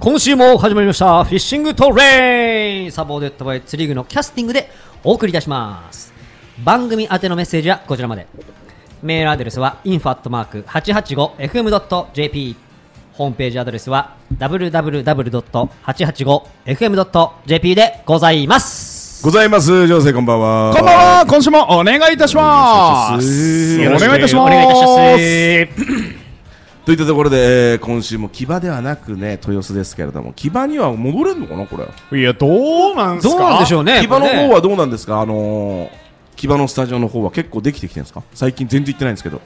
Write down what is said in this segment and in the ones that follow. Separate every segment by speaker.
Speaker 1: 今週も始まりましたフィッシングトレインサポーテッドバイ釣り具のキャスティングでお送りいたします番組宛てのメッセージはこちらまでメールアドレスは info.885fm.jp ホームページアドレスは www.885fm.jp でございます
Speaker 2: ございます、女性こんばんは。
Speaker 3: こんばんは今週もお願いいたします
Speaker 2: よ
Speaker 3: お
Speaker 2: ろしくお
Speaker 3: 願
Speaker 2: 願いい
Speaker 3: いいた
Speaker 2: た
Speaker 3: し
Speaker 2: し
Speaker 3: ま
Speaker 2: ま
Speaker 1: お
Speaker 2: す
Speaker 1: 願いいた
Speaker 3: す
Speaker 1: します
Speaker 2: といったところで、えー今週も騎馬ではなくね、豊洲ですけれども、騎馬には戻れるのかな、これ。
Speaker 3: いや、どうなんすか
Speaker 1: どうなんでしょうね
Speaker 2: 騎馬の
Speaker 1: これね
Speaker 2: 方はどうなんですか、あのー、騎馬のスタジオの方は結構できてきてるんですか最近全然行ってないんですけど。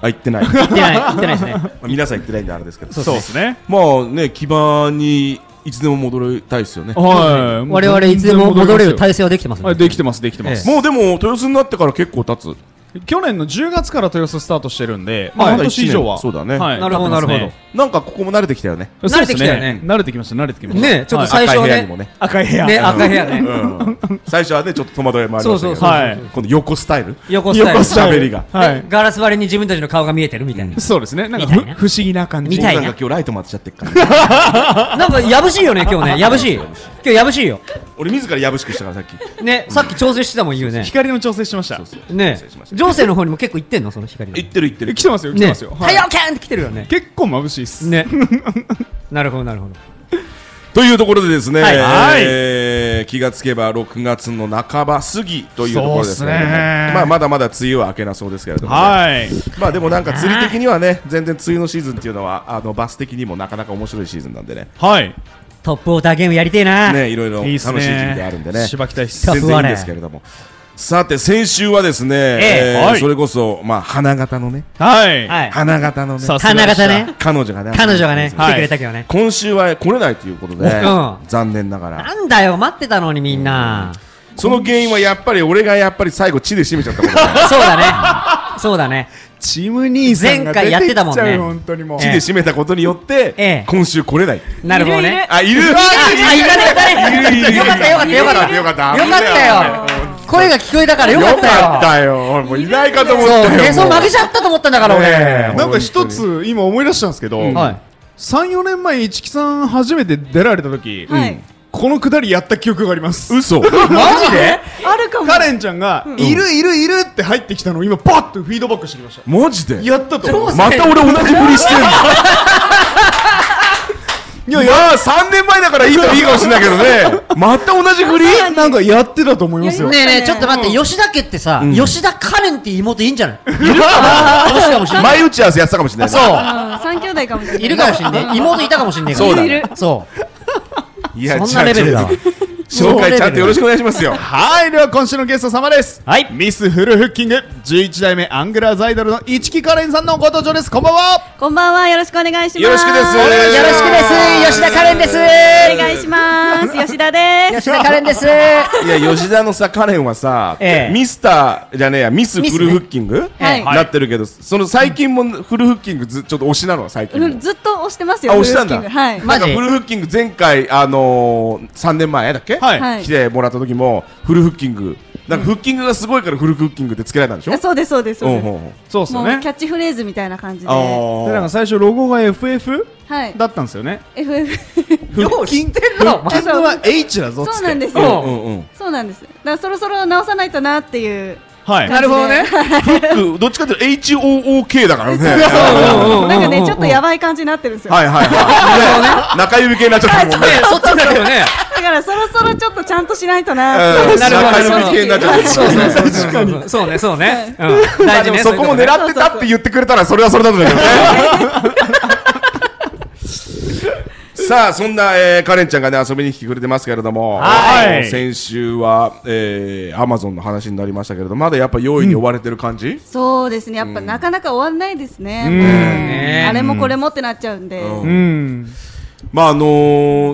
Speaker 2: あ、行ってない。ま
Speaker 1: 行ってない行ってないですね
Speaker 2: あ皆さん行ってないんであれですけど。
Speaker 3: そうですね。
Speaker 2: まあね、騎馬にいつでも戻りたいですよね。
Speaker 3: はい。
Speaker 1: 我々いつでも戻れる体制はできてます
Speaker 3: は
Speaker 1: ね
Speaker 3: い、できてます、できてます。
Speaker 2: もうでも、豊洲になってから結構経つ。
Speaker 3: 去年の10月から豊洲スタートしてるんで、まあ、
Speaker 2: はい
Speaker 3: 半年以上は。
Speaker 2: そうだね
Speaker 3: はい
Speaker 1: なるほどなるほど。
Speaker 2: なんかここも慣れてきたよね。
Speaker 3: 経って
Speaker 1: 慣れてき
Speaker 3: ますね
Speaker 1: たよね
Speaker 3: 慣れてきました、慣れてきました。
Speaker 1: ねちょっと
Speaker 3: はい
Speaker 1: 最初は
Speaker 2: 赤い部屋に
Speaker 1: ね
Speaker 2: もね。
Speaker 3: 赤い部屋。
Speaker 1: ね赤い部屋ね
Speaker 2: うん最初はね、ちょっと戸惑いもあり
Speaker 1: そ
Speaker 2: ま
Speaker 1: うそ
Speaker 2: したけ
Speaker 1: う
Speaker 2: ど
Speaker 1: そう、
Speaker 3: はい
Speaker 2: 今度横スタイル。
Speaker 1: 横スタイ
Speaker 3: 横
Speaker 1: ル
Speaker 3: スタイル
Speaker 2: 喋りが
Speaker 3: はい。
Speaker 1: ガラス割りに自分たちの顔が見えてるみたいな
Speaker 3: そうですね。なんか
Speaker 1: みたいな
Speaker 3: ふ、不思議な感じ。
Speaker 1: みたいな
Speaker 2: なんか今日ライトも当てちゃってっから、ね、
Speaker 1: なんかやぶしいよね今日ねやぶしい今日やぶしいよ
Speaker 2: 俺自らやぶしくしたからさっき
Speaker 1: ねさっき調整してたもん言うね
Speaker 3: 光の調整しました。
Speaker 1: ね
Speaker 2: 失礼しました
Speaker 1: 情勢の方にも結構行ってんのその光が
Speaker 2: 行ってる行って
Speaker 3: え
Speaker 2: る
Speaker 3: 来てますよ、来て
Speaker 1: ね
Speaker 3: ます
Speaker 1: 太
Speaker 3: よ。
Speaker 1: 陽
Speaker 3: はい
Speaker 1: キャンって来てるよね
Speaker 3: 結構眩しいっす。
Speaker 1: ねなるほどなるほど
Speaker 2: というところでですね、
Speaker 1: はい
Speaker 2: えー気がつけば6月の半ば過ぎというところですね
Speaker 3: そうっすね
Speaker 2: まあまだまだ梅雨は明けなそうですけれども、ね
Speaker 3: はい。
Speaker 2: まあでもなんか釣り的にはね全然梅雨のシーズンっていうのはあのバス的にもなかなか面白いシーズンなんでね
Speaker 3: はい。
Speaker 1: トップウォーターゲームやりてえな
Speaker 2: ねいろいろ
Speaker 3: いい
Speaker 2: 楽
Speaker 3: っ
Speaker 2: しい
Speaker 3: すね。
Speaker 2: 時期であるんでね
Speaker 3: しばきたいっす。
Speaker 1: タ
Speaker 2: 全
Speaker 1: フ
Speaker 2: 然い
Speaker 1: ワ
Speaker 2: いん
Speaker 1: レ
Speaker 2: ですけれどもさて先週はですね、
Speaker 1: え
Speaker 2: えー
Speaker 3: はい
Speaker 2: それこそまあ花形のね
Speaker 3: はい。
Speaker 1: はい
Speaker 2: 花形のね
Speaker 3: さす
Speaker 1: 花形ね
Speaker 2: 彼女がね
Speaker 1: 彼女がね来
Speaker 3: はい
Speaker 1: てくれたけどね
Speaker 2: 今週は来れないということ
Speaker 1: う
Speaker 2: で、
Speaker 1: ん
Speaker 2: 残念ながら
Speaker 1: なんだよ待ってたのにみんな
Speaker 2: その原因はやっぱり俺がやっぱり最後血で締めちゃった ことだ
Speaker 1: そうだねそうだね
Speaker 3: チーム兄さんが出てき
Speaker 1: 前回
Speaker 3: ちゃう
Speaker 1: やってたもんね
Speaker 3: 本当にもう
Speaker 2: 血で締めたことによって、
Speaker 1: ええ
Speaker 2: 今週来れない
Speaker 1: なるほど
Speaker 4: いるい
Speaker 1: ね
Speaker 4: る
Speaker 2: あいる
Speaker 1: あ、あいたねいたね
Speaker 2: いるいるいる
Speaker 1: よかったよかったよかった
Speaker 2: よかった
Speaker 1: よかったよ声が聞こえたからよか
Speaker 2: よ
Speaker 1: ったよ
Speaker 2: かったよもういないかと思っ
Speaker 1: そう
Speaker 2: たよ
Speaker 1: へそ曲げちゃったと思ったんだから俺
Speaker 2: ね
Speaker 3: なんか一つ今思い出したんですけど、
Speaker 2: うん
Speaker 1: はい
Speaker 3: 34年前市木さん初めて出られた時、
Speaker 4: はい。
Speaker 3: このくだりやった記憶があります
Speaker 2: 嘘
Speaker 1: マジで
Speaker 4: あるかも。
Speaker 3: カレンちゃんが、いるいるいるって入ってきたのを今パッとフィードバックしてきました
Speaker 2: マジで
Speaker 3: やったと思う
Speaker 2: また俺同じふりしてんのいやいや3年前だからいいといいかもしれないけどねまた同じふり
Speaker 3: なんかやってたと思います
Speaker 4: そ
Speaker 3: よ
Speaker 4: う
Speaker 1: ねえねえ、
Speaker 4: ね
Speaker 1: ちょっと待って、吉田家ってさ、吉田カレンって妹いいんじゃないいるかもしんない。
Speaker 2: 前打ち合わせやってたかもしれない
Speaker 1: そ
Speaker 2: ね
Speaker 4: あー三兄弟かもしれ
Speaker 1: う。
Speaker 4: ない。
Speaker 1: いるかもしんない。妹いたかもしんないから。
Speaker 2: そうだ
Speaker 4: いるいる
Speaker 1: そう。
Speaker 2: いや
Speaker 1: そんなレベルだわ
Speaker 2: じゃあちょっと紹介ちゃんとよろしくお願いしますよ
Speaker 3: はいでは今週のゲスト様です
Speaker 1: はい
Speaker 3: ミスフルフッキング11代目アングラーズアイドルの市木カレンさんのご登場ですこんばんは
Speaker 4: こんばんは。よろしくお願いします。
Speaker 2: よろしくです
Speaker 1: よろしくです。吉田カレンです。
Speaker 4: お願いします。吉田です。
Speaker 1: 吉田カレンです。
Speaker 2: いや吉田のさカレンはさ、
Speaker 1: ええ
Speaker 2: ミスターじゃねえやミスフルフッキング、
Speaker 4: はい
Speaker 2: なってるけどその最近もフルフッキングずちょっと推しなの最近も、
Speaker 4: うんずっと押してますよ。
Speaker 2: あ押したんだ
Speaker 4: ブルーキングはい。
Speaker 1: マ
Speaker 2: なん
Speaker 1: ジ
Speaker 2: かフルフッキング前回あのー、3年前だっけ、
Speaker 3: はい、
Speaker 4: はい
Speaker 2: 来てもらった時もフルフッキングなんかフッキングがすごいからフルフッキングってつけられたんでしょ
Speaker 4: あそうですそうです。そううんです
Speaker 2: うんうん
Speaker 3: そうっす
Speaker 4: も
Speaker 3: よ
Speaker 4: う
Speaker 3: ね
Speaker 4: キャッチフレーズみたいな感じで。
Speaker 2: あ
Speaker 4: は
Speaker 3: でなんか
Speaker 2: ー
Speaker 3: 最初ロゴが FF
Speaker 4: い。
Speaker 3: だったんですよね
Speaker 4: FF。
Speaker 1: よう知ってんな、お前
Speaker 3: キングは H だぞっつって
Speaker 4: そうなんです
Speaker 1: う
Speaker 4: よ。
Speaker 2: うんうん
Speaker 4: そうなんです。だからそろそろ直さないとなっていう。
Speaker 3: はい
Speaker 1: なるほどね。
Speaker 2: フックどっちかっていうと HOOK だからね
Speaker 1: うんうんうん
Speaker 4: なんかねちょっとやばい感じになってるんですよ。
Speaker 2: はいはいはい、ね、中指系になっちゃったもんね
Speaker 1: そっちになるよね。
Speaker 4: だからそろそろちょっとちゃんとしないとなって。
Speaker 2: うん
Speaker 1: なるほど
Speaker 2: 中指系になっちゃった
Speaker 1: そうそうそう。確かに。そうね、そうね。うん
Speaker 2: まあ
Speaker 1: 大事
Speaker 2: でも
Speaker 1: ね。
Speaker 2: そこも
Speaker 1: ういうと
Speaker 2: 狙ってたって言ってくれたらそれはそれなんだけどね。 さあそんな、えー、カレンちゃんがね遊びに来てくれてますけれども、
Speaker 3: はい
Speaker 2: あの先週は、えー、アマゾンの話になりましたけれどまだやっぱ用意に追われてる感じ、
Speaker 4: そうですね、やっぱなかなか終わんないですね、
Speaker 3: ん
Speaker 4: もう
Speaker 1: ね
Speaker 4: あれもこれもってなっちゃうんで、
Speaker 2: うん
Speaker 3: うん
Speaker 2: まああの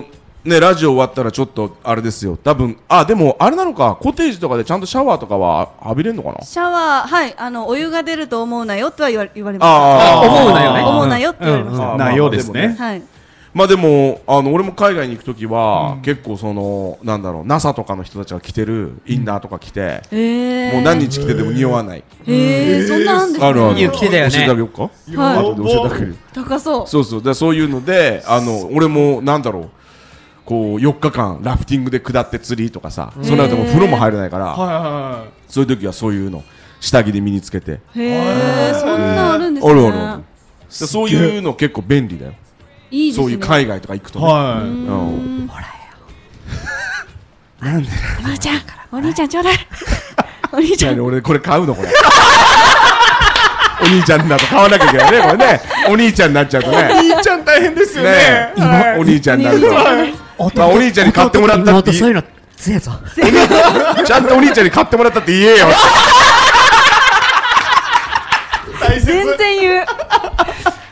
Speaker 2: ーねラジオ終わったらちょっとあれですよ多分あでもあれなのかコテージとかでちゃんとシャワーとかは浴びれるのかな
Speaker 4: シャワー、はい、あのお湯が出ると思うなよとは言わ言われまし
Speaker 2: あ
Speaker 1: 思うなよね。
Speaker 4: た、思うなよって言われまし
Speaker 2: あー
Speaker 3: なようですね
Speaker 2: もね
Speaker 4: た、はい、
Speaker 2: まあでもあの俺も海外に行くときは、結構そのなんだろう NASA とかの人たちが着てるインナーとか着て、
Speaker 4: えー、
Speaker 2: もう何日着てても匂わない。
Speaker 4: えー、そんなあんですね
Speaker 2: あるある。
Speaker 1: よく着てたよね
Speaker 2: 教えてあげようか。
Speaker 4: はい
Speaker 2: 後で教えてあげる。
Speaker 4: 高そう
Speaker 2: そうそう。でそういうので、あの俺もなんだろう。こう4日間ラフティングで下って釣りとかさ、その後も風呂も入れないから、
Speaker 3: はいは
Speaker 2: そういう時はそういうの下着で身につけて、
Speaker 4: へえそんなあるんですね
Speaker 2: あるあるそういうの結構便利だよ
Speaker 4: いいですね
Speaker 2: そういう海外とか行くと
Speaker 3: い
Speaker 2: ね、
Speaker 3: はい。はい。
Speaker 2: うん、
Speaker 4: おばあちゃんお兄ちゃんちょうだいお兄ちゃん
Speaker 2: 何俺これ買うのこれ お兄ちゃんになると買わなきゃいけないねこれねお兄ちゃんになっちゃうとね
Speaker 3: いっちゃん大変ですよね。
Speaker 2: ねお兄ちゃんになるとまあお兄ちゃんに買ってもらったって
Speaker 1: 妹そうい
Speaker 2: 言
Speaker 1: うの強えぞ
Speaker 2: えちゃんとお兄ちゃんに買ってもらったって言えよ
Speaker 3: 大切。
Speaker 4: 全然言う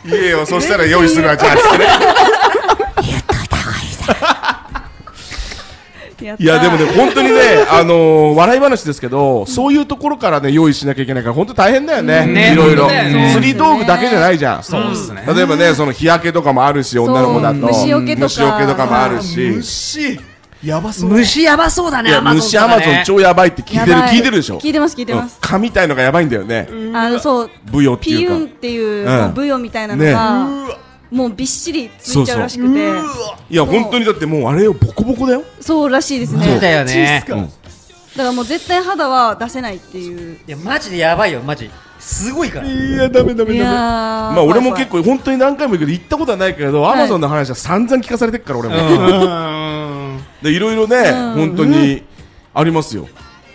Speaker 2: 言えよそしたら用意するわじゃあ
Speaker 4: やった
Speaker 2: いやでもね本当にねあのー笑い話ですけどそういうところからね用意しなきゃいけないから本当大変だよね
Speaker 1: ね
Speaker 2: いろいろ
Speaker 1: 本当だよね
Speaker 2: 釣り道具だけじゃないじゃんそう
Speaker 3: ですね
Speaker 2: 例えばねその日焼けとかもあるし女の子だと
Speaker 4: そう虫除けとか
Speaker 2: 虫除けとかもあるし
Speaker 3: 虫。やばそう。
Speaker 1: 虫やばそうだ
Speaker 2: い
Speaker 1: ね
Speaker 2: や
Speaker 1: アマゾン
Speaker 2: 虫アマゾン超やばいって聞いてる
Speaker 4: やば
Speaker 2: 聞いてるでしょ
Speaker 4: 聞いてます聞いてます
Speaker 2: うん、蚊みたいのがやばいんだよね
Speaker 4: あのそう
Speaker 2: ブヨって
Speaker 4: ピ
Speaker 2: い
Speaker 4: ユン
Speaker 2: う
Speaker 4: っ
Speaker 2: か
Speaker 4: ていう
Speaker 2: うん
Speaker 4: ブヨみたいなのがもうびっしりついちゃうらしくて
Speaker 2: いや本当にだってもうあれよボコボコだよ
Speaker 4: そうらしいです
Speaker 1: そう
Speaker 4: ね
Speaker 1: だよ
Speaker 3: チー
Speaker 1: ね
Speaker 3: ズか
Speaker 2: うん
Speaker 4: だからもう絶対肌は出せないっていう
Speaker 1: いやマジでやばいよマジすごいから
Speaker 3: いや、ダメダ
Speaker 4: い
Speaker 3: メ
Speaker 4: やー
Speaker 3: ダ
Speaker 2: まあ俺も結構本当に何回も言うけど行ったことはないけどア
Speaker 4: い
Speaker 2: マゾンの話は散々聞かされてるから俺も、
Speaker 3: メ。うん。
Speaker 2: でいろいろね、
Speaker 4: うん
Speaker 2: 本当にありますよ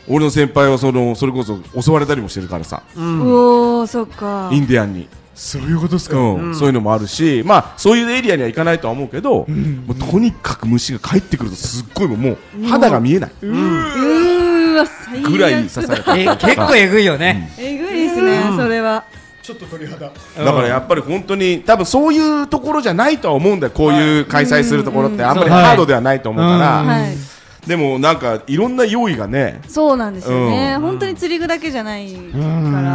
Speaker 2: 俺の先輩はそのそれこそ襲われたりもしてるからさ、
Speaker 4: 構おおそっか
Speaker 2: インディアンに、
Speaker 3: そういうことです
Speaker 2: う
Speaker 3: か。
Speaker 2: んそういうのもあるしまあそういうエリアには行かないとは思うけど、もうとにかく虫が帰ってくるとすっごいもうもう肌が見えない
Speaker 4: うんうーわ最悪
Speaker 2: ぐらいに刺された
Speaker 1: え結構えぐいよね
Speaker 4: えぐいですねそれは
Speaker 3: ちょっと鳥肌。
Speaker 2: だからやっぱり本当に多分そういうところじゃないとは思うんだよこういう開催するところってあんまり
Speaker 1: うん
Speaker 2: ハードではないと思うから、
Speaker 3: うん
Speaker 4: はい
Speaker 2: でもなんかいろんな用意がね
Speaker 4: そうなんですよね
Speaker 2: うん
Speaker 4: 本当に釣り具だけじゃないから
Speaker 2: だか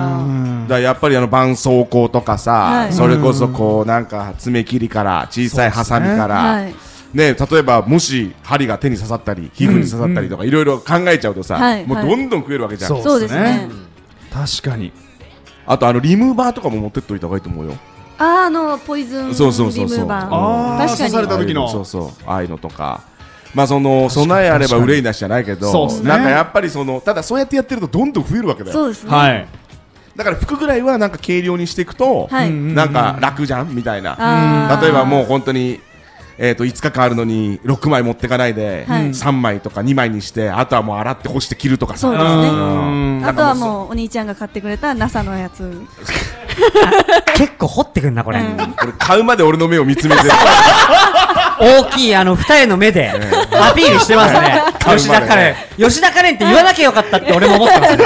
Speaker 2: らやっぱりあの絆創膏とかさ、
Speaker 4: はい
Speaker 2: それこそこうなんか爪切りから小さいハサミから、
Speaker 4: はい
Speaker 2: ね、例えばもし針が手に刺さったり皮膚に刺さったりとかいろいろ考えちゃうとさ、
Speaker 4: はい
Speaker 2: もう
Speaker 4: はい
Speaker 2: どんどん食えるわけじゃん、
Speaker 3: そう
Speaker 4: そうですね
Speaker 3: 確かに。
Speaker 2: あとあのリムーバーとかも持ってっといた方がいいと思うよ
Speaker 4: あーあのポイズンリム
Speaker 2: そうそうそうそう
Speaker 4: ーバー
Speaker 3: ああ、
Speaker 4: 確か
Speaker 3: 刺
Speaker 4: に
Speaker 3: された時の。
Speaker 2: そうそうああいうのとかまあその備えあれば憂いなしじゃないけど
Speaker 3: そうっすね
Speaker 2: なんかやっぱりそのただそうやってやってるとどんどん増えるわけだよ
Speaker 4: そうですね
Speaker 3: はい。
Speaker 2: だから服ぐらいはなんか軽量にしていくと、
Speaker 4: はい
Speaker 2: なんか楽じゃんみたいな
Speaker 4: あー
Speaker 2: 例えばもう本当に、えー、と5日間あるのに6枚持ってかないで、
Speaker 4: はい
Speaker 2: 3枚とか2枚にしてあとはもう洗って干して着るとかさ
Speaker 4: そうです
Speaker 3: う
Speaker 4: ね
Speaker 3: ん。
Speaker 4: あとはもうお兄ちゃんが買ってくれた NASA のやつ
Speaker 1: 結構掘ってくんなこれ
Speaker 4: うん
Speaker 2: これ買うまで俺の目を見つめてる
Speaker 1: 大きいあの二重の目でアピールしてますね
Speaker 2: うん
Speaker 1: 吉田カレン吉田カレンって言わなきゃよかったって俺も思ってますね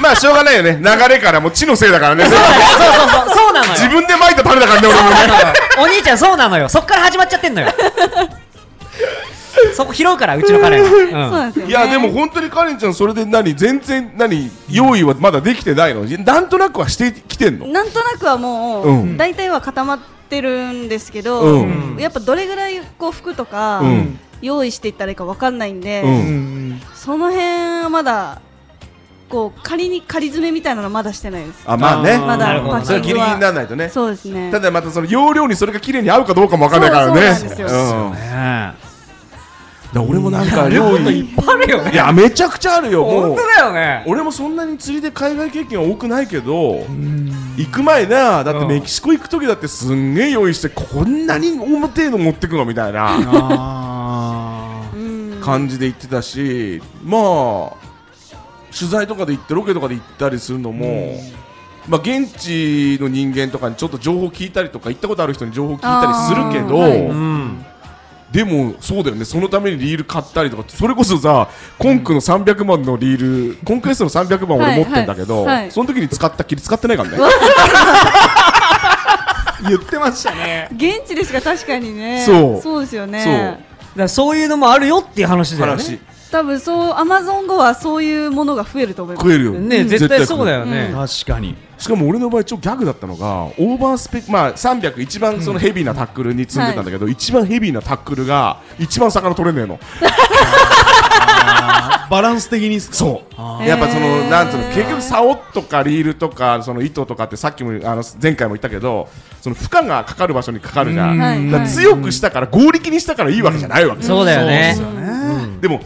Speaker 2: まあしょうがないよね流れからもう地のせいだからね
Speaker 1: そうそうそうそうなのよ
Speaker 2: 自分で撒いた種だからね俺もね
Speaker 1: お兄ちゃんそうなのよそっから始まっちゃってんのよそこ拾うからうちのカレン
Speaker 4: そう
Speaker 1: は、
Speaker 4: なんですよ
Speaker 2: い
Speaker 4: ね
Speaker 2: やでも本当にカレンちゃんそれで何全然何用意はまだできてないのなんとなくはしてきてんの
Speaker 4: なんとなくはも
Speaker 2: う
Speaker 4: うん大体は固まってるんですけ
Speaker 2: う
Speaker 4: ど
Speaker 2: ん
Speaker 4: やっぱどれぐらいこう服とか
Speaker 2: うん
Speaker 4: 用意していったらいいかわかんないんで
Speaker 2: う
Speaker 3: うん。
Speaker 4: その辺はまだこう仮に仮詰めみたいなのまだしてないです
Speaker 2: あまあね
Speaker 3: あー
Speaker 4: ま
Speaker 3: な
Speaker 4: だ
Speaker 3: るほど
Speaker 4: パッ
Speaker 2: そ
Speaker 4: キ
Speaker 2: れはギリ
Speaker 4: ング
Speaker 2: ギリになら
Speaker 4: は
Speaker 2: ないとね
Speaker 4: そうですね
Speaker 2: ただまたその容量にそれが綺麗に合うかどうかもわかんないからね
Speaker 4: そうそうなんですよ
Speaker 2: うんだか
Speaker 3: ね
Speaker 2: ら俺もなんか料
Speaker 1: い、
Speaker 2: 理
Speaker 1: いっぱいあるよね
Speaker 2: いやめちゃくちゃあるよも
Speaker 1: 本
Speaker 2: う
Speaker 1: 当だよね
Speaker 2: 俺もそんなに釣りで海外経験は多くないけど行く前なだってメキシコ行く時だってすんげえ用意してこんなに重てえの持ってくのみたいな
Speaker 3: あー
Speaker 4: うん
Speaker 2: 感じで行ってたしまあ取材とかで行ってロケとかで行ったりするのも、まあ、現地の人間とかにちょっと情報聞いたりとか行ったことある人に情報聞いたりするけど、
Speaker 4: あ
Speaker 1: う
Speaker 4: ー
Speaker 1: ん
Speaker 2: でもそうだよねそのためにリール買ったりとかそれこそさコンクの300万のリールコンクエストの300万俺持ってんだけど、
Speaker 4: はいはいはい
Speaker 2: その時に使ったっきり使ってないからね。
Speaker 3: 言ってましたね。
Speaker 4: 現地でしか確かにね
Speaker 2: そう
Speaker 4: そうですよ
Speaker 2: そう
Speaker 4: ね
Speaker 1: だからそういうのもあるよっていう話だよね
Speaker 2: 話
Speaker 4: 多分そうアマゾン後はそういうものが増えると思います
Speaker 2: 食えるよ
Speaker 1: ね絶対そうだよ
Speaker 4: う
Speaker 1: ね
Speaker 4: ん。
Speaker 3: 確かに
Speaker 2: しかも俺の場合ちょっとギャグだったのがオーバースペックまあ300一番そのヘビーなタックルに積んでたんだけど、一番ヘビーなタックルが一番魚取れねえの
Speaker 3: バランス的にす
Speaker 2: そ
Speaker 3: あ
Speaker 2: う
Speaker 4: ー
Speaker 2: やっぱそ
Speaker 4: へ
Speaker 2: の
Speaker 4: ー
Speaker 2: なんつうの結局竿とかリールとかその糸とかってさっきもあの前回も言ったけどその負荷がかかる場所にかかるじゃん、
Speaker 3: うん
Speaker 4: はい
Speaker 2: だか
Speaker 4: は
Speaker 2: ら
Speaker 4: い
Speaker 2: 強くしたから合力にしたからいいわけじゃないわけ、
Speaker 1: そうだよね。
Speaker 2: でも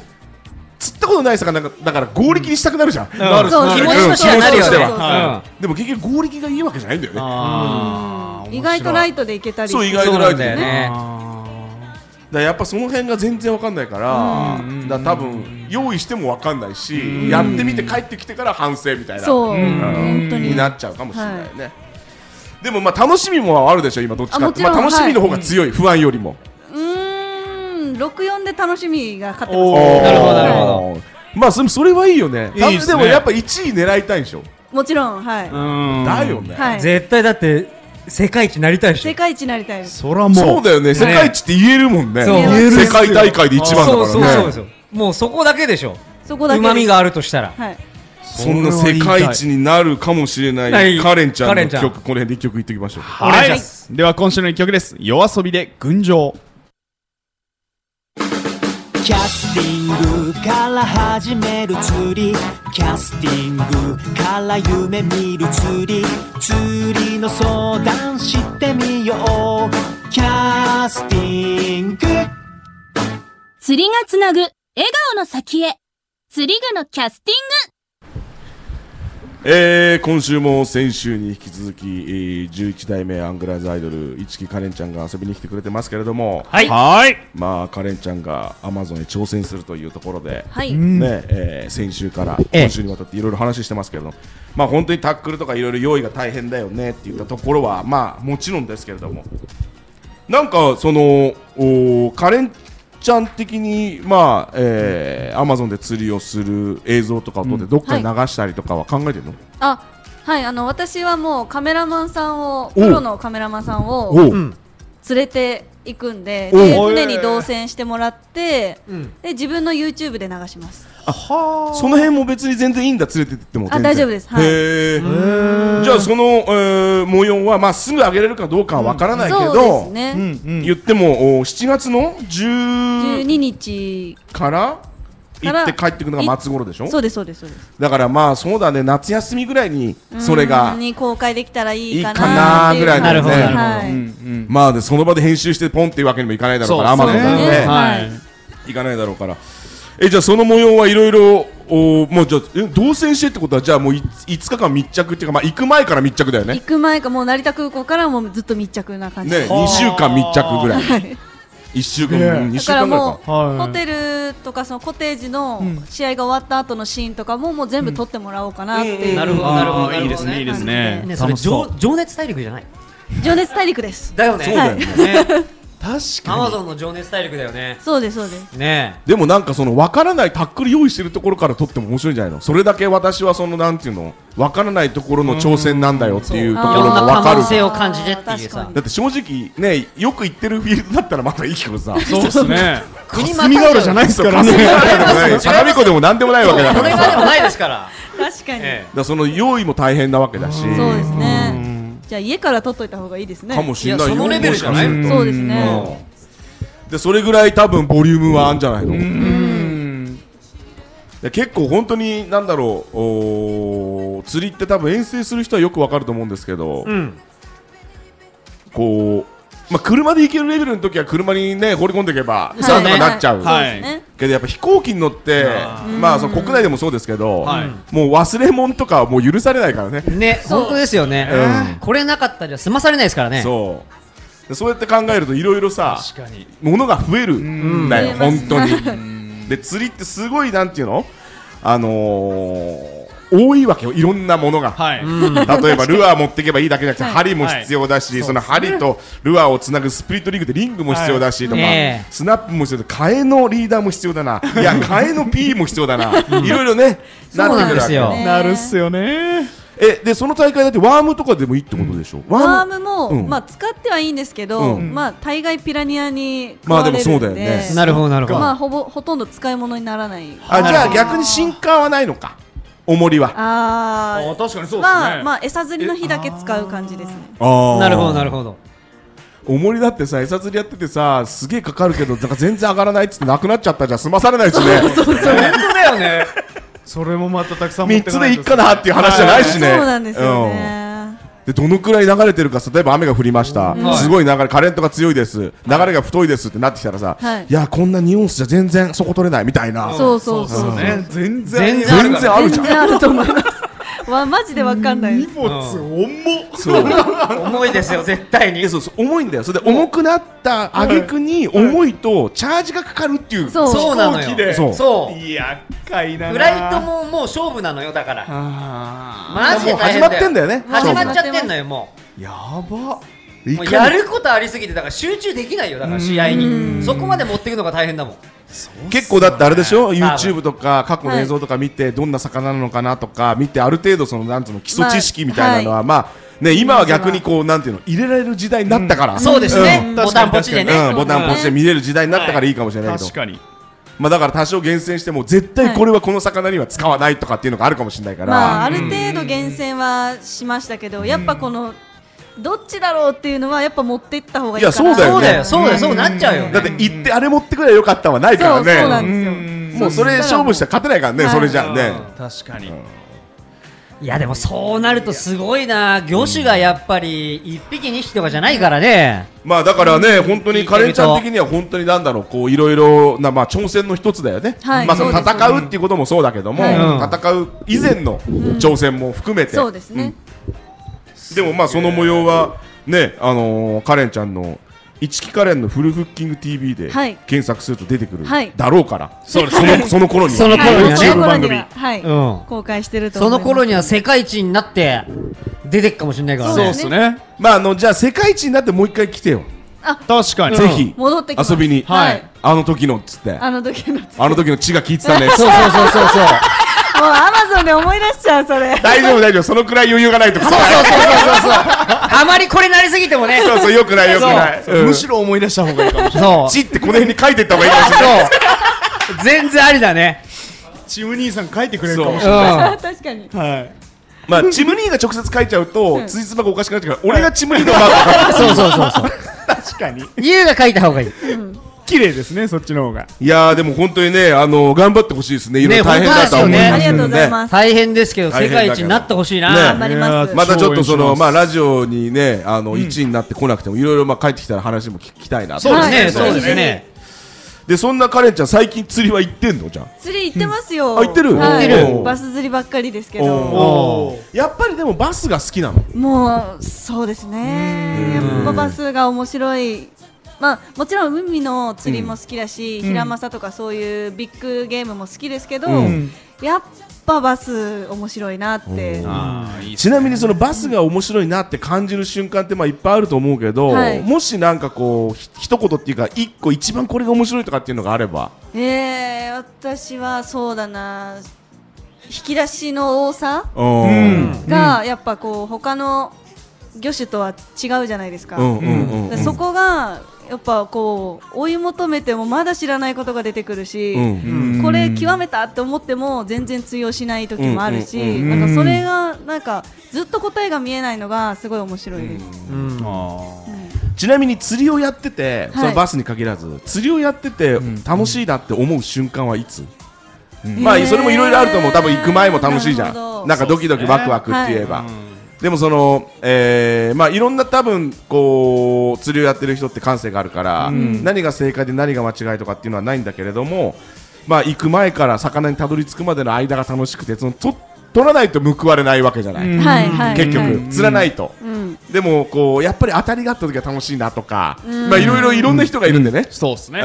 Speaker 2: 釣ったことない魚だからだから合力にしたくなるじゃん、
Speaker 3: なる
Speaker 4: そう
Speaker 2: な
Speaker 4: 気
Speaker 2: る
Speaker 4: 持ちとしては
Speaker 2: うん
Speaker 4: なる
Speaker 2: 気持ちとして
Speaker 4: よね
Speaker 2: は
Speaker 1: は
Speaker 2: でも結局合力がいいわけじゃないんだよね
Speaker 3: あー
Speaker 4: 意外とラ
Speaker 3: イ
Speaker 4: イトでいけたり
Speaker 2: そう意
Speaker 1: い。
Speaker 2: 外
Speaker 1: そ
Speaker 2: と
Speaker 1: うな
Speaker 2: ライ
Speaker 1: ん
Speaker 2: ト
Speaker 1: だよ
Speaker 2: でね
Speaker 1: ね。
Speaker 2: だからやっぱその辺が全然わかんないから、だから多分用意してもわかんないし、やってみて帰ってきてから反省みたいな
Speaker 4: そう
Speaker 2: うん
Speaker 4: 本当に
Speaker 2: になっちゃうかもしれないね、でもまあ楽しみもあるでしょ今どっちか
Speaker 4: あ
Speaker 2: っ
Speaker 4: も
Speaker 2: て
Speaker 4: ちろ
Speaker 2: ま
Speaker 4: ん
Speaker 2: あ、楽しみの方が強い、不安よりも
Speaker 4: うーん64で楽しみが勝って
Speaker 3: お
Speaker 4: ま
Speaker 3: ー
Speaker 1: なるほどなるほ
Speaker 2: どまあそれそれはいいよね
Speaker 3: いいっす
Speaker 2: で
Speaker 3: ね
Speaker 2: もやっぱ1位狙いたいでしょ、
Speaker 4: すもちろんはい、
Speaker 2: だよね、
Speaker 4: はい
Speaker 1: 絶対だって世界一なりたいでし
Speaker 4: 世
Speaker 1: ょ。
Speaker 4: 界一になりたいです
Speaker 3: そらもう
Speaker 2: そうだよね世界一って言えるもんね
Speaker 1: そう言え
Speaker 4: る
Speaker 2: 世界大会で一番だから
Speaker 1: そう
Speaker 2: ね
Speaker 1: そうそうですよ。もうそこだけでしょ。
Speaker 4: そこだけ
Speaker 1: う
Speaker 4: で
Speaker 1: ま
Speaker 4: す
Speaker 1: みがあるとしたら。
Speaker 4: はい
Speaker 2: そんな世界一になるかもしれない
Speaker 1: はい
Speaker 2: カレンちゃん
Speaker 1: カレ
Speaker 2: の
Speaker 1: ンちゃん
Speaker 2: 曲この辺で一曲言っておきましょう
Speaker 1: お願いします
Speaker 3: では今週の一曲です夜遊びで群青
Speaker 5: キャスティングから始める釣りキャスティングから夢見る釣り釣りの相談してみようキャスティング
Speaker 6: 釣りがつなぐ笑顔の先へ釣り具のキャスティング
Speaker 2: えー、今週も先週に引き続き、えー11代目アングラーズアイドル市木カレンちゃんが遊びに来てくれてますけれども、
Speaker 1: はい。
Speaker 3: はい
Speaker 2: まあカレンちゃんがアマゾンへ挑戦するというところで、
Speaker 4: はい、
Speaker 2: ねえー先週から
Speaker 1: ええ
Speaker 2: 今週にわたっていろいろ話してますけれども、まあ、本当にタックルとかいろいろ用意が大変だよねっていったところは、まあ、もちろんですけれどもなんかそのおーカレンちゃん的に、まあえー、アマゾンで釣りをする映像とかを撮ってどっかに流したりとかは考えてるの、
Speaker 4: あはいあの私はもうカメラマンさんをプロのカメラマンさんを
Speaker 2: おう
Speaker 1: うん。
Speaker 4: 連れて行くんで
Speaker 2: お
Speaker 4: で
Speaker 3: おい
Speaker 4: 船に同船してもらって
Speaker 1: うん
Speaker 4: で自分の YouTube で流します
Speaker 2: その辺も別に全然いいんだ連れてっても全然
Speaker 4: あ大丈夫ですはい
Speaker 2: へーじゃあその、えー模様は、まあ、すぐ上げれるかどうかはわからないけ
Speaker 4: そう
Speaker 2: ど、
Speaker 4: ですね、
Speaker 2: 言ってもお7月の10
Speaker 4: 12日
Speaker 2: から
Speaker 4: か
Speaker 2: 行
Speaker 4: ら
Speaker 2: って帰ってくるのが末頃でしょ
Speaker 4: そうですそうですそうです
Speaker 2: だからまあそうだね夏休みぐらいにそれ
Speaker 4: う
Speaker 2: が
Speaker 4: んに公開できたらいいか
Speaker 2: いいかな
Speaker 4: なーってう
Speaker 2: ぐらい
Speaker 1: だよね
Speaker 4: は
Speaker 3: うんう
Speaker 4: い
Speaker 3: ん
Speaker 2: まあでその場で編集してポンっていうわけにもいかないだろうからアマゾンな
Speaker 3: そ
Speaker 2: ん
Speaker 3: う
Speaker 2: で、
Speaker 3: ですね
Speaker 4: はい
Speaker 2: いかないだろうからえじゃあその模様はいろいろおもうじゃあえ同棲してってことはじゃあもうい5日間密着っていうか、まあ、行く前から密着だよね
Speaker 4: 行く前かもう成田空港からもうずっと密着な感じ
Speaker 2: ね、
Speaker 4: で
Speaker 2: 2週間密着ぐらい
Speaker 4: はい
Speaker 2: 1週間、
Speaker 3: ね
Speaker 2: 2
Speaker 4: だ
Speaker 2: 週
Speaker 4: から
Speaker 2: 間ぐらい
Speaker 4: も
Speaker 2: か
Speaker 4: う、
Speaker 3: はい
Speaker 4: ホテルとかそのコテージの試合が終わった後のシーンとかももう全部撮ってもらおうかなっていう、
Speaker 1: なるほどなるほど。
Speaker 3: いいですねいいですね
Speaker 1: ねそれ
Speaker 3: 楽しそう
Speaker 1: 情情熱大陸じゃない。
Speaker 4: 情熱大陸です
Speaker 1: だよね。
Speaker 2: そうだよね
Speaker 1: ね。
Speaker 3: 確
Speaker 1: アマゾンの情熱大陸だよね。
Speaker 4: そうですそうです
Speaker 1: ねえ。
Speaker 2: でもなんかその分からないタックル用意してるところから撮っても面白いんじゃないのそれだけ私はそのなんていうの分からないところの挑戦なんだよっていうところも
Speaker 1: んな
Speaker 2: 分か
Speaker 1: 可
Speaker 2: る
Speaker 1: 能性を感じてっていう
Speaker 4: 確か
Speaker 1: さ
Speaker 4: に
Speaker 2: だって正直ねよく行ってるフィールドだったらまだいいけどさ
Speaker 3: そうですね
Speaker 1: 国
Speaker 3: 隅ヶ浦じゃないですからね
Speaker 2: そう相模湖でもなんでもないわけだか
Speaker 1: これ
Speaker 2: ら
Speaker 1: がで
Speaker 2: さ
Speaker 1: もないですから、
Speaker 4: 確かに、
Speaker 1: え
Speaker 2: だからその用意も大変なわけだし
Speaker 4: そうですねじゃあ家から撮っといた方がいいですね
Speaker 2: かもしれない
Speaker 1: いやそのレベルじゃない
Speaker 2: もしかすると
Speaker 4: そうです
Speaker 2: う
Speaker 4: ね
Speaker 2: んでそれぐらい多分ボリュームはあんじゃないの、で結構本当になんだろうおー釣りって多分遠征する人はよくわかると思うんですけど、
Speaker 1: えうん、
Speaker 2: こう、まあ、車で行けるレベルの時は車にね放り込んでいけば
Speaker 4: い
Speaker 2: なんとかなっちゃう、
Speaker 3: はい
Speaker 4: そうですね
Speaker 2: けどやっぱ飛行機に乗って
Speaker 3: あ
Speaker 2: まあその国内でもそうですけど、
Speaker 3: はい
Speaker 2: もう忘れ物とかはもう許されないからね、
Speaker 1: ね本当ですよね、
Speaker 2: うん
Speaker 1: これなかったら済まされないですからね
Speaker 2: そうでそうやって考えるといろいろさ
Speaker 3: 確かに
Speaker 2: 物が増えるんだよ、
Speaker 4: うん
Speaker 2: 本当に。で、釣りってすごい、なんていうのあのー、多いわけよ、いろんなものが。
Speaker 3: はい
Speaker 2: 例えばルアー持っていけばいいだけじゃなくて、
Speaker 4: はい
Speaker 2: 針も必要だし、その針とルアーをつなぐスプリットリングでリングも必要だしとか、
Speaker 1: はいねえ
Speaker 2: スナップも必要だ替えのリーダーも必要だな、いや、替えの P も必要だな、いろいろね、なってくるわけ
Speaker 1: そうなんですよ
Speaker 4: ね
Speaker 3: なるっすよね
Speaker 2: えでその大会だってワームとかでもいいってことでしょ、
Speaker 4: ワー
Speaker 2: ム
Speaker 4: ムも、
Speaker 2: うん
Speaker 4: まあ使ってはいいんですけど、
Speaker 2: うん
Speaker 4: まあ大概ピラニアに食
Speaker 2: まあ
Speaker 4: わ
Speaker 2: で
Speaker 4: れるん
Speaker 2: も
Speaker 4: で、
Speaker 2: そうだよね
Speaker 1: なるほどなるほど、
Speaker 4: まあほぼほとんど使い物にならない。
Speaker 2: あじゃあ逆に新刊はないのか重りは
Speaker 4: あ
Speaker 3: あ
Speaker 4: ー
Speaker 3: ー確かにそうですね、
Speaker 4: まあまあ餌釣りの日だけ使う感じですね。
Speaker 2: あ
Speaker 1: なるほどなる
Speaker 2: ほ
Speaker 1: ほど
Speaker 2: ど重りだってさ餌釣りやっててさすげえかかるけどなんか全然上がらないっつってなくなっちゃったじゃ済まされないですね
Speaker 3: だよねそれもまたたくさん持っ
Speaker 2: 3
Speaker 3: て
Speaker 2: つ
Speaker 3: かな
Speaker 2: で
Speaker 3: い
Speaker 2: い
Speaker 3: と
Speaker 2: っかなっていう話じゃないし
Speaker 4: そう
Speaker 2: ね
Speaker 4: なんですよ
Speaker 2: うん
Speaker 4: ね。
Speaker 2: でどのくらい流れてるか例えば雨が降りました、すごい流れカレントが強いです流れが太いですってなってきたらさ、
Speaker 4: はい
Speaker 2: い、やこんな2オンスじゃ全然そこ取れないみたいな、
Speaker 4: そうそう
Speaker 3: そ
Speaker 4: そうう。
Speaker 3: ね全
Speaker 1: 全
Speaker 3: 然
Speaker 1: 然ある
Speaker 2: 全然ある
Speaker 4: 全
Speaker 2: じゃん
Speaker 4: 然あると思います。わマジでわかんないで
Speaker 3: 荷
Speaker 4: す。
Speaker 3: 物重っ
Speaker 2: そう
Speaker 1: 重いですよ絶対に
Speaker 2: えそうそう重いんだよそれで重くなった挙句に重いとチャージがかかるっていう、
Speaker 4: そう
Speaker 1: そうなの
Speaker 3: 飛行機
Speaker 1: よ
Speaker 3: で
Speaker 2: そう
Speaker 1: そう
Speaker 3: 厄介だな
Speaker 1: フライトももう勝負なのよだから
Speaker 3: あ
Speaker 1: マジで
Speaker 2: もう
Speaker 1: 大
Speaker 2: 始
Speaker 1: 変
Speaker 2: まってんだよね
Speaker 1: よ始まっちゃっ
Speaker 4: 勝負
Speaker 1: てんのよも
Speaker 3: ーやば
Speaker 1: う
Speaker 2: い
Speaker 1: も
Speaker 2: か
Speaker 1: う
Speaker 2: に
Speaker 1: やることありすぎてだから集中できないよだから試合に
Speaker 3: うん
Speaker 1: そこまで持っていくのが大変だもん
Speaker 2: 結構だってあれでしょ YouTube とか過去
Speaker 4: は
Speaker 2: の
Speaker 4: い
Speaker 2: 映像とか見てどんな魚なのかなとか見てある程度そのなんつうの基礎知識みたいなのはまあね今は逆にこうなんていうの入れられる時代になったから
Speaker 1: そうですね
Speaker 3: ん
Speaker 1: ボタンポチでね
Speaker 2: うん、ボタンポチで見れる時代になったからいいかもしれないけど、
Speaker 3: 確かに
Speaker 2: まあ、だから多少厳選しても絶対これはこの魚には使わないとかっていうのがあるかもしれないから、
Speaker 4: まあある程度厳選はしましたけど、やっぱこのどっちだろうっていうのはやっぱ持っていった方がいいか
Speaker 2: い
Speaker 4: な。
Speaker 2: やそうだよね
Speaker 1: そうだよそうだよそうなっちゃうよ
Speaker 2: だって行ってあれ持ってくればよかったはないからね
Speaker 4: そうそうなんですよ。
Speaker 2: もうそれ勝負したら勝てないからね、
Speaker 4: はい
Speaker 2: それじゃあね
Speaker 3: 確かに
Speaker 1: いやでもそうなるとすごいな魚種がやっぱり一匹二匹とかじゃないからね
Speaker 2: まあだからね本
Speaker 1: 聞いて
Speaker 2: 当
Speaker 1: み
Speaker 2: に
Speaker 1: た
Speaker 2: カレンちゃん的には本当になんだろうこういろいろなまあ挑戦の一つだよね、
Speaker 4: はい
Speaker 2: まあその
Speaker 4: そうです
Speaker 2: 戦うっていうこともそうだけども、
Speaker 1: はい
Speaker 2: 戦う以前の挑戦も含めて、
Speaker 4: そうですね。
Speaker 2: でもまあその模様はね、あのーカレンちゃんの「一木カレンのフルフッキング TV」で
Speaker 4: はい
Speaker 2: 検索すると出てくる
Speaker 4: はい
Speaker 2: だろうから、
Speaker 1: そうです
Speaker 2: その その頃には
Speaker 1: その頃にはね
Speaker 2: YouTube 番組
Speaker 4: ははい、
Speaker 1: うん
Speaker 4: 公開してると
Speaker 1: そ
Speaker 4: 思いま
Speaker 1: の
Speaker 4: す。
Speaker 1: 頃には世界一になって出てくかもしれないから
Speaker 4: そう
Speaker 1: ね
Speaker 4: ですね
Speaker 3: ね
Speaker 2: まああのじゃあ世界一になってもう一回来てよ、
Speaker 3: 確かに
Speaker 2: ぜひ
Speaker 4: 戻ってきます
Speaker 2: 遊びに、
Speaker 4: はい
Speaker 2: あの時のっつってあ
Speaker 4: あの時の。もう
Speaker 2: の時の血が効いてた ね
Speaker 1: そうそうそうそうそう
Speaker 4: アマゾンで思い出しちゃうそれ。
Speaker 2: 大丈夫大丈夫そのくらい余裕がないとそう
Speaker 1: そうそうそうそうそうあまりこれなりすぎてもね
Speaker 2: そうそうよくないよくない
Speaker 3: そう
Speaker 2: うん
Speaker 3: むしろ思い出した方がいいかもしれない
Speaker 1: そう
Speaker 2: 血ってこの辺に書いてった方がいいかもしれない
Speaker 1: そう全然ありだね
Speaker 3: チーム兄さん書いてくれるかもし
Speaker 1: う
Speaker 3: れ
Speaker 1: ん
Speaker 3: な い
Speaker 4: 確かに。
Speaker 3: はい
Speaker 2: まあチムニーが直接書いちゃうと
Speaker 4: ん
Speaker 2: つじつまがおかしくなっちゃうから俺がチムニーのマー クを書く
Speaker 1: そうそうそうそう
Speaker 3: 確かに
Speaker 1: 優が書いた方がいい
Speaker 3: 綺麗ですねそっちの方が
Speaker 2: いやーでも本当にねあの頑張ってほしいですねいろいろ大変だとは思い
Speaker 1: ね
Speaker 4: あ
Speaker 2: ます
Speaker 4: り
Speaker 2: け
Speaker 4: が
Speaker 2: ど
Speaker 4: とうございます。
Speaker 1: 大変ですけど世
Speaker 2: 大変だ
Speaker 1: 界
Speaker 2: けど
Speaker 1: 一になってほしい
Speaker 2: ね
Speaker 1: な、
Speaker 4: 頑張ります。
Speaker 2: またちょっとそ
Speaker 3: 超応
Speaker 2: の
Speaker 3: 援します
Speaker 2: まあラジオにねあの一位になってこなくてもいろいろまあ帰ってきたら話も聞きたいなと
Speaker 1: そうですね、
Speaker 4: はい
Speaker 1: そうですね
Speaker 2: でそんなカレンちゃん最近釣りは行ってんのじゃん
Speaker 4: 釣り行ってますよ。
Speaker 2: あ行ってる
Speaker 4: はい
Speaker 2: 行ってる
Speaker 4: バス釣りばっかりですけ
Speaker 2: お
Speaker 4: ど。
Speaker 1: お
Speaker 2: やっぱりでもバスが好きなの
Speaker 4: もうそうですね。やっぱバスが面白い。まあもちろん海の釣りも好きだし、ヒラマサとかそういうビッグゲームも好きですけど、やっぱバス面白いなって。
Speaker 2: ちなみにそのバスが面白いなって感じる瞬間ってまあいっぱいあると思うけど、
Speaker 4: はい
Speaker 2: もしなんかこうひ一言っていうか一個一番これが面白いとかっていうのがあれば
Speaker 4: えー、私はそうだな引き出しの多さ
Speaker 2: うんうん
Speaker 4: がやっぱこう他の魚種とは違うじゃないですか,、
Speaker 2: うんうんうん
Speaker 4: そこがやっぱこう追い求めてもまだ知らないことが出てくるし、
Speaker 2: うん
Speaker 4: これ極めたって思っても全然通用しない時もあるし、
Speaker 2: うん
Speaker 3: うん
Speaker 4: なんかそれがなんかずっと答えが見えないのがすごい面白いです、
Speaker 1: うん
Speaker 2: ちなみに釣りをやってて、
Speaker 4: い
Speaker 2: そのバスに限らず釣りをやってて楽しいなって思う瞬間はいつ、まあ
Speaker 4: へー
Speaker 2: それもいろいろあると思う多分行く前も楽しいじゃ
Speaker 4: なるほ
Speaker 2: ん
Speaker 4: ど
Speaker 2: なんかドキドキワクワクって言えば、でもその、えーまあいろんな多分こう釣りをやってる人って感性があるから、何が正解で何が間違いとかっていうのはないんだけれどもまあ行く前から魚にたどり着くまでの間が楽しくてそのと取らないと報われないわけじゃない、
Speaker 3: うん
Speaker 4: はいはい
Speaker 2: 結
Speaker 4: は
Speaker 2: 局、
Speaker 4: い
Speaker 2: 釣らないと、
Speaker 4: うん
Speaker 2: でもこうやっぱり当たりがあった時は楽しいなとか、まあいろいろいろんな人がいるんでね、
Speaker 3: そうですね
Speaker 2: うん
Speaker 4: い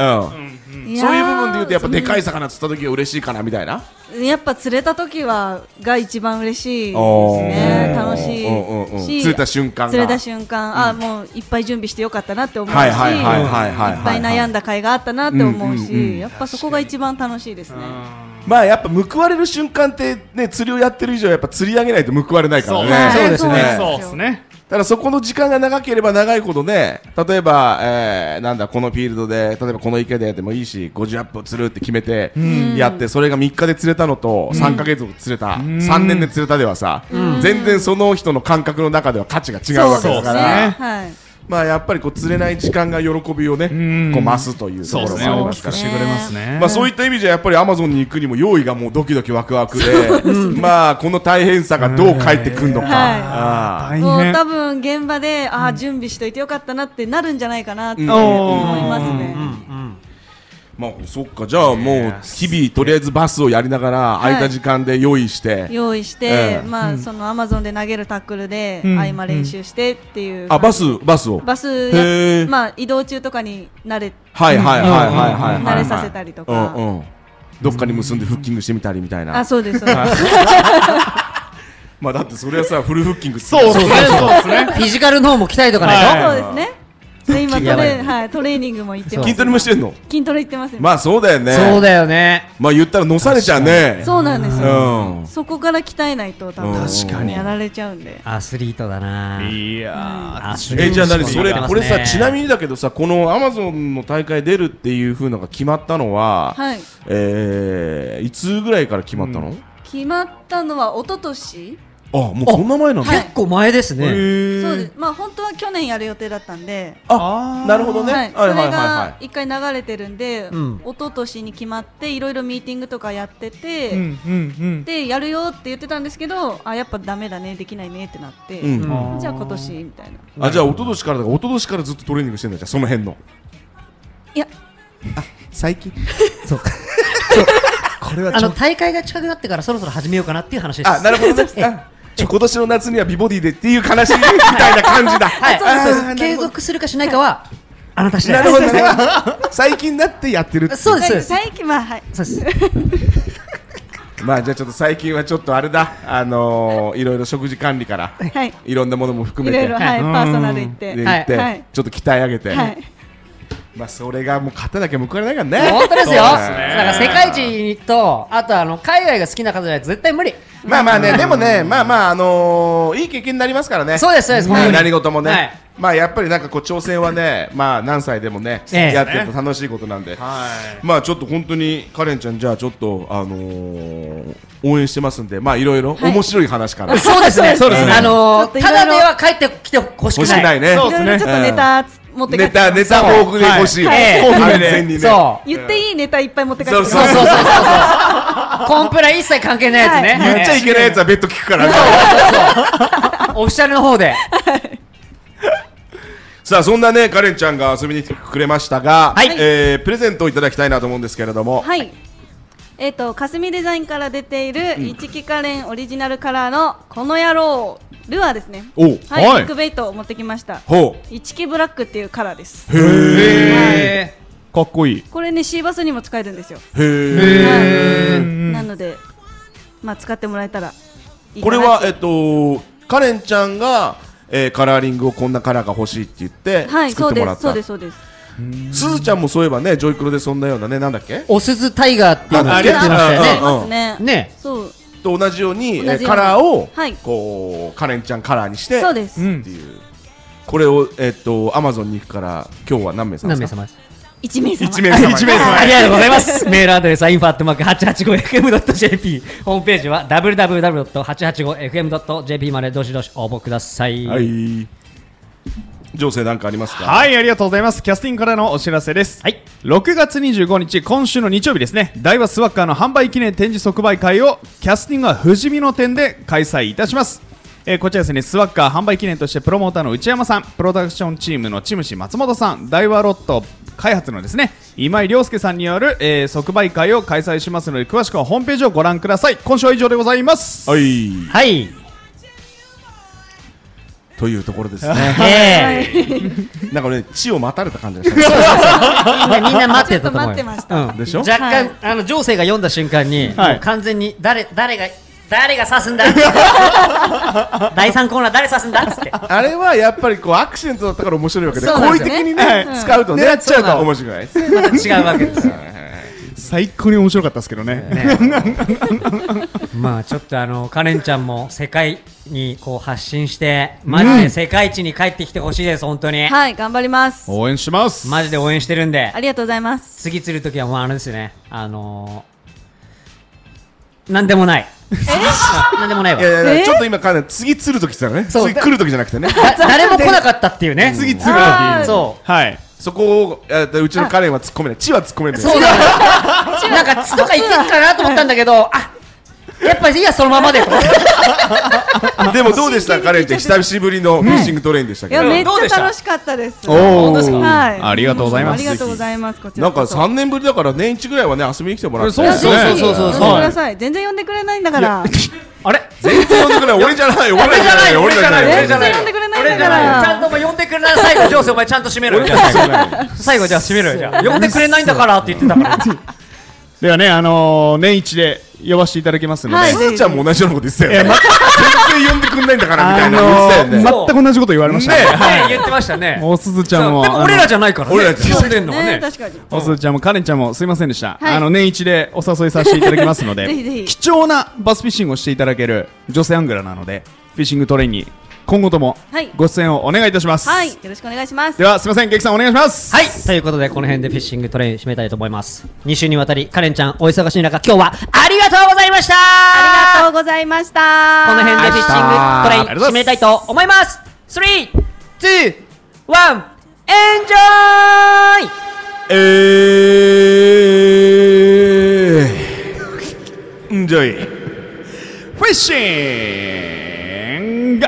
Speaker 4: やー
Speaker 2: そういう部分で言うとやっぱでかい魚釣った時は嬉しいかなみたいな、
Speaker 4: やっぱ釣れた時はが一番嬉しいです
Speaker 2: おー
Speaker 4: ね楽
Speaker 2: うんうんうん
Speaker 4: しいし
Speaker 2: 釣れた瞬間が
Speaker 4: 釣れた瞬間あもういっぱい準備してよかったなって思うし
Speaker 2: はいいはいはいはいはいはい
Speaker 4: っぱい悩んだ甲斐があったなって思う
Speaker 2: うんうんうん
Speaker 4: しやっぱそこが一番楽しいですね
Speaker 2: まあやっぱ報われる瞬間ってね釣りをやってる以上やっぱ釣り上げないと報われないからね
Speaker 4: はい
Speaker 1: そうですね
Speaker 3: そうですね。
Speaker 2: ただそこの時間が長ければ長いほどね例えば、えーなんだこのフィールドで例えばこの池ででもいいし50アップを釣るって決めてやって、それが3日で釣れたのと3ヶ月で釣れた、3年で釣れたではさ、全然その人の感覚の中では価値が違うわけ
Speaker 4: そう
Speaker 2: だ
Speaker 4: で
Speaker 2: か
Speaker 4: す
Speaker 2: ら、
Speaker 4: ね。はい。
Speaker 2: まあやっぱりこう釣れない時間が喜びをね、
Speaker 3: ん
Speaker 2: こう増すというと
Speaker 3: そう
Speaker 2: こ
Speaker 3: で
Speaker 2: ろ
Speaker 3: す
Speaker 2: も
Speaker 3: ね。
Speaker 2: あり
Speaker 3: 大
Speaker 2: ま
Speaker 3: き
Speaker 2: すか
Speaker 3: く
Speaker 2: ら
Speaker 3: してくれますね。
Speaker 2: まあそうい
Speaker 3: い
Speaker 2: った意味じゃやっぱりアマゾンに行くにも用意がもうドキドキワクワクで、まあこの大変さがどう返ってくるのか、
Speaker 4: はい
Speaker 2: あ
Speaker 3: 大
Speaker 4: もう多
Speaker 3: 変。
Speaker 4: 分現場で、ああ、準備しといてよかったなってなるんじゃないかなって
Speaker 2: うん
Speaker 4: 思いますね。
Speaker 2: ーまあそっかじゃあもう日々とりあえずバスをやりながら
Speaker 4: はい
Speaker 2: 空いた時間で用意して、
Speaker 4: 用意して、
Speaker 2: ええ
Speaker 4: まあ、そのアマゾンで投げるタックルで、
Speaker 3: うん
Speaker 4: 合間練習してっていう。
Speaker 2: あバスバスを
Speaker 4: バス
Speaker 2: へえ
Speaker 4: や、まあ、移動中とかに慣れ、
Speaker 2: はいはいはいはいはいはい、
Speaker 4: 慣れさせたりとか。
Speaker 2: うんうんどっかに結んでフッキングしてみたりみたいな
Speaker 4: あ、そうです。そうです
Speaker 2: まあだってそれはさフルフッキング
Speaker 3: そうですね。そうですね。
Speaker 1: フィジカルの方も鍛えとかないと、
Speaker 3: はい
Speaker 4: そうですね。で今ト
Speaker 1: やばい
Speaker 4: レ、はい、トレーニングも行ってます。
Speaker 2: 筋トレもしてんの
Speaker 4: 筋トレ行ってますよ。
Speaker 2: まあそうだよね
Speaker 1: そうだよね
Speaker 2: まあ言ったらのされちゃうね
Speaker 4: そうなんです
Speaker 2: う
Speaker 4: よ
Speaker 2: ん。
Speaker 4: そこから鍛えないと多分
Speaker 2: 確かに
Speaker 4: やられちゃうんで。
Speaker 1: アスリートだない
Speaker 3: や
Speaker 1: あ
Speaker 3: ー。
Speaker 2: えじゃあ何それ
Speaker 1: やってます
Speaker 2: こ
Speaker 1: ね
Speaker 2: れさちなみにだけどさこのアマゾンの大会出るっていう風のが決まったのは、
Speaker 4: はい。
Speaker 2: えー、いつぐらいから決まったの、
Speaker 4: 決まったのは一昨年。
Speaker 2: あもうそんな前なんだ、
Speaker 4: はい
Speaker 1: 結構前ですね、
Speaker 4: そうです。まあ本当は去年やる予定だったんで。
Speaker 2: あなるほどね、
Speaker 4: はい、そ
Speaker 2: はいはい
Speaker 4: れ
Speaker 2: はい
Speaker 4: が
Speaker 2: はい
Speaker 4: 一回流れてるんで、
Speaker 1: うん
Speaker 4: 一昨年に決まっていろいろミーティングとかやってて、
Speaker 3: うんうん
Speaker 4: でやるよって言ってたんですけどあやっぱダメだねできないねってなって、
Speaker 2: うん
Speaker 1: うん
Speaker 4: じゃあ今年みたいな
Speaker 2: あじゃあ一昨年からだから一昨年からずっとトレーニングしてんだじゃあその辺の
Speaker 4: いや
Speaker 2: 最近
Speaker 1: そうか
Speaker 3: これは
Speaker 1: あの大会が近くなってからそろそろ始めようかなっていう話です
Speaker 2: あなるほどねあちょ今年の夏には美ボディでっていう悲しみみたいな感じだ
Speaker 1: はい
Speaker 2: あー
Speaker 1: そうです継続するかしないかはあなた次
Speaker 2: な
Speaker 1: 第
Speaker 2: るほどね最近だってやってるっていう
Speaker 1: そうですそうです
Speaker 4: 最近ははい
Speaker 1: そうです
Speaker 2: まあじゃあちょっと最近はちょっとあれだあのー、いろいろ食事管理から
Speaker 4: はい
Speaker 2: いろんなものも含
Speaker 4: い
Speaker 2: め
Speaker 4: ろ
Speaker 2: て
Speaker 4: いろはいパーソナル行って
Speaker 2: で
Speaker 1: はい
Speaker 2: 行って、
Speaker 4: はい
Speaker 2: ちょっと鍛え上げて、
Speaker 4: はい
Speaker 2: まあそれがもう肩だけ向かれないからね
Speaker 1: 本当ですよだ
Speaker 2: そう
Speaker 1: から世界一とあとあの海外が好きな方じゃないと絶対無理
Speaker 2: まあまあねでもねまあまああのー、いい経験になりますからね
Speaker 1: そうですそうです
Speaker 2: はい
Speaker 1: 本当に
Speaker 2: 何事もね、
Speaker 1: はい
Speaker 2: まあやっぱりなんかこう挑戦はねまあ何歳でもね、
Speaker 1: ええ
Speaker 2: やってると楽しいことなんで、
Speaker 3: はい。
Speaker 2: まあちょっと本当にカレンちゃんじゃあちょっとあのー、応援してますんでまあいろいろ
Speaker 4: はい
Speaker 2: 面白い話から、
Speaker 1: そうですね
Speaker 3: そうですね
Speaker 1: あの
Speaker 4: ちょっと
Speaker 1: ー
Speaker 4: いろ
Speaker 1: た
Speaker 4: いろ
Speaker 1: だでは帰ってきてほし
Speaker 2: 欲
Speaker 1: く
Speaker 2: しく
Speaker 1: な
Speaker 2: ないいね
Speaker 3: そう
Speaker 4: いろいろちょっとネタ持って帰っ
Speaker 2: ネタ
Speaker 4: てきます
Speaker 2: ネタ豊富で欲しい、
Speaker 4: はい
Speaker 1: ええ
Speaker 2: 完全にね
Speaker 1: そう
Speaker 4: 言っていいネタいっぱい持って帰って
Speaker 2: そう
Speaker 4: き
Speaker 2: そう
Speaker 4: ま
Speaker 1: そう
Speaker 4: す
Speaker 1: そうそうそうコンプラ一切関係ないやつね
Speaker 2: 言っちゃいけないやつは別途聞くからね
Speaker 1: オフィシャルの方で
Speaker 2: さあそんなねカレンちゃんが遊びに来てくれましたが、
Speaker 1: はい
Speaker 2: えープレゼントをいただきたいなと思うんですけれども、
Speaker 4: はいえっ、と霞デザインから出ている一木カレンオリジナルカラーのこの野郎ルアーですね
Speaker 2: おう
Speaker 4: はい、
Speaker 3: はい
Speaker 4: ビッグベイトを持ってきました
Speaker 2: ほう
Speaker 4: 一木ブラックっていうカラーです
Speaker 1: へ
Speaker 3: かっこいい。
Speaker 4: これねシーバスにも使えるんですよ、
Speaker 2: へえ
Speaker 3: う
Speaker 4: はい
Speaker 3: ん
Speaker 4: なのでまあ使ってもらえたらいい
Speaker 2: こ
Speaker 4: か
Speaker 2: れ
Speaker 4: な
Speaker 2: は
Speaker 4: って
Speaker 2: えっとカレンちゃんが、えーカラーリングをこんなカラーが欲しいって言って
Speaker 4: はい
Speaker 2: 作
Speaker 4: そ
Speaker 2: っ
Speaker 4: う
Speaker 2: て
Speaker 4: で
Speaker 2: もら
Speaker 4: す
Speaker 2: った、
Speaker 4: そうですそうです
Speaker 2: すずちゃんもそういえばねジョイクロでそんなようなねなんだっけ
Speaker 1: おすずタイガーっていうの
Speaker 2: あ
Speaker 1: が出てましたよ
Speaker 2: あ
Speaker 4: あり
Speaker 1: ね
Speaker 4: ますね
Speaker 1: ね
Speaker 4: そう
Speaker 2: と同じようにえー
Speaker 4: 同じように
Speaker 2: カラーを、
Speaker 4: はい
Speaker 2: こうカレンちゃんカラーにして
Speaker 4: そうです、
Speaker 3: うん
Speaker 2: っていうこれをえっとアマゾンに行くから今日は何名様で
Speaker 1: 何名
Speaker 2: すか
Speaker 1: 様です
Speaker 4: 一名様
Speaker 2: 一名様
Speaker 3: 一名様
Speaker 1: ありがとうございます。メールアドレスは info.885fm.jp ホームページは www.885fm.jp までどしどし応募ください。
Speaker 2: はい。情勢なんかありますか。
Speaker 3: はい、ありがとうございます。キャスティングからのお知らせです。
Speaker 1: はい
Speaker 3: 6月25日、今週の日曜日ですね、ダイワスワッカーの販売記念展示即売会をキャスティングは富士見の店で開催いたします。えーこちらですね、スワッカー販売記念としてプロモーターの内山さん、プロダクションチームのチムシ松本さん、ダイワロット開発のですね、今井亮介さんによる、えー即売会を開催しますので、詳しくはホームページをご覧ください。今週は以上でございます。
Speaker 2: はい。
Speaker 1: はい。
Speaker 2: というところですね。
Speaker 1: ねえ
Speaker 2: なんかね、地を待たれた感じがした。
Speaker 1: みんなみんな待ってたと思うよ。
Speaker 4: ちょっと待ってました
Speaker 1: うん
Speaker 2: でしょ
Speaker 1: 若干、
Speaker 4: はい
Speaker 1: あの情勢が読んだ瞬間に、
Speaker 3: はい
Speaker 1: もう完全に誰誰が誰が刺すんだ。第三コーナー誰刺すんだっつって。
Speaker 2: あれはやっぱりこうアクシデントだったから面白いわけで、
Speaker 4: そうなん
Speaker 2: 好
Speaker 4: で
Speaker 2: 意
Speaker 4: す
Speaker 2: 的
Speaker 4: ね
Speaker 2: にね、
Speaker 4: うん
Speaker 2: 使うとね、
Speaker 1: 狙
Speaker 2: 狙
Speaker 1: っ
Speaker 2: っ
Speaker 1: ち
Speaker 2: ち
Speaker 1: ゃ
Speaker 2: ゃ
Speaker 1: う
Speaker 2: う
Speaker 1: から
Speaker 2: と面白くないですね。
Speaker 1: また違うわけですよ。
Speaker 3: 最高に面白かったですけどね。
Speaker 1: まあちょっとあのカレンちゃんも世界にこう発信してマジで世界一に帰ってきてほしいです本当に、
Speaker 4: はい、頑張ります。
Speaker 3: 応援します。
Speaker 1: マジで応援してるんで
Speaker 4: ありがとうございます。
Speaker 1: 次釣るときはもうあれですよねあのー、なんでもない なんでもないわ
Speaker 2: いやいやい
Speaker 4: え
Speaker 2: やちょっと今から次釣る時って言ってた
Speaker 1: そう
Speaker 2: からね次来る時じゃなくてね
Speaker 1: だ誰も来なかったっていうね次
Speaker 3: 次、次
Speaker 4: あー
Speaker 1: そ
Speaker 3: はい。
Speaker 2: そこをえーうちのカレンは突っ込めない地は突っ込めな
Speaker 1: う
Speaker 2: い
Speaker 1: そう なんだなんかつとか行けっかなと思ったんだけどあやっぱりいいやそのままでと思って
Speaker 2: でもどうでしたカレンって久しぶりのフィッシングトレインでした
Speaker 4: い
Speaker 2: け
Speaker 4: や、
Speaker 2: ど、
Speaker 1: ん
Speaker 4: めっち
Speaker 1: どうでし
Speaker 4: ゃ
Speaker 1: た
Speaker 4: 楽しかったです。
Speaker 1: 本当ですか
Speaker 4: はい
Speaker 3: ありがとうございま
Speaker 4: あ
Speaker 3: す
Speaker 4: り。がとうございます。こちら
Speaker 2: なんか
Speaker 4: こそ
Speaker 2: 3年ぶりだから年一ぐらいはね遊びに来てもらって
Speaker 3: そうっすね
Speaker 4: ぜひ
Speaker 1: そうそうそうそう
Speaker 4: 呼んでください。全然呼んでくれないんだから。
Speaker 1: あれ
Speaker 2: 全然呼んでくれない俺じゃない俺じゃない俺じゃない
Speaker 4: 俺
Speaker 2: 俺
Speaker 4: じ
Speaker 2: じ
Speaker 4: ゃ
Speaker 2: ゃ
Speaker 4: な
Speaker 2: ないい
Speaker 4: 呼んでくれないんだ
Speaker 1: 俺じ
Speaker 4: か
Speaker 1: ゃないよちゃ
Speaker 4: ら
Speaker 1: ん。とお前呼んでくれない最後上司お前ちゃんと締めろよじゃあ最後最後じゃあ締めろよじゃあ呼んでくれないんだからって言ってた から
Speaker 3: ではね、あのー、年一で呼ばせていただきますので、
Speaker 4: はい
Speaker 2: すーちゃんも同じようなこと言ってたよ
Speaker 3: え
Speaker 2: ね
Speaker 3: ま
Speaker 2: 全然呼んでくんないんだからみた
Speaker 3: あ
Speaker 2: いな言ってたよ
Speaker 3: の
Speaker 2: ね
Speaker 3: ー、全く同じこと言われましたね。
Speaker 1: ね言ってましたね
Speaker 3: おすずちゃんも、
Speaker 1: でも俺らじゃないからね
Speaker 2: 俺らじゃない
Speaker 1: 呼んでんのは
Speaker 4: ね、
Speaker 1: ね
Speaker 4: 確かに。
Speaker 3: おすずちゃんもカレンちゃんもすいませんでした、
Speaker 4: はい
Speaker 3: あの年一でお誘いさせていただきますので
Speaker 4: ぜひぜひ
Speaker 3: 貴重なバスフィッシングをしていただける女性アングラーなのでフィッシングトレインに今後とも
Speaker 4: はい
Speaker 3: ご出演をお願いいたします、
Speaker 4: はい、よろしくお願いします
Speaker 3: で。はすいません劇さんお願いします
Speaker 1: はいということでこの辺でフィッシングトレイン締めたいと思います2週にわたりカレンちゃんお忙しい中今日はありがとうございました
Speaker 4: ありがとうございました。
Speaker 1: この辺でフィッシングトレイン締めたいと思います321エンジョイ
Speaker 2: えーんじゃい
Speaker 3: フィッシング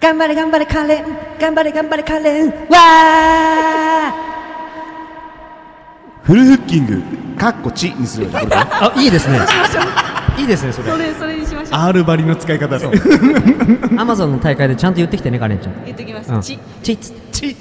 Speaker 7: 頑張れ頑張れカレン頑張れ頑張れカレンわ
Speaker 2: フルフッキングかっこちにするよね
Speaker 1: あいいですねいいですねそれ
Speaker 4: それ、それにしましょう。
Speaker 3: R バリの使い方で
Speaker 1: アマゾンの大会でちゃんと言ってきてねカレンちゃん
Speaker 4: 言ってきます。ち
Speaker 1: チッチッ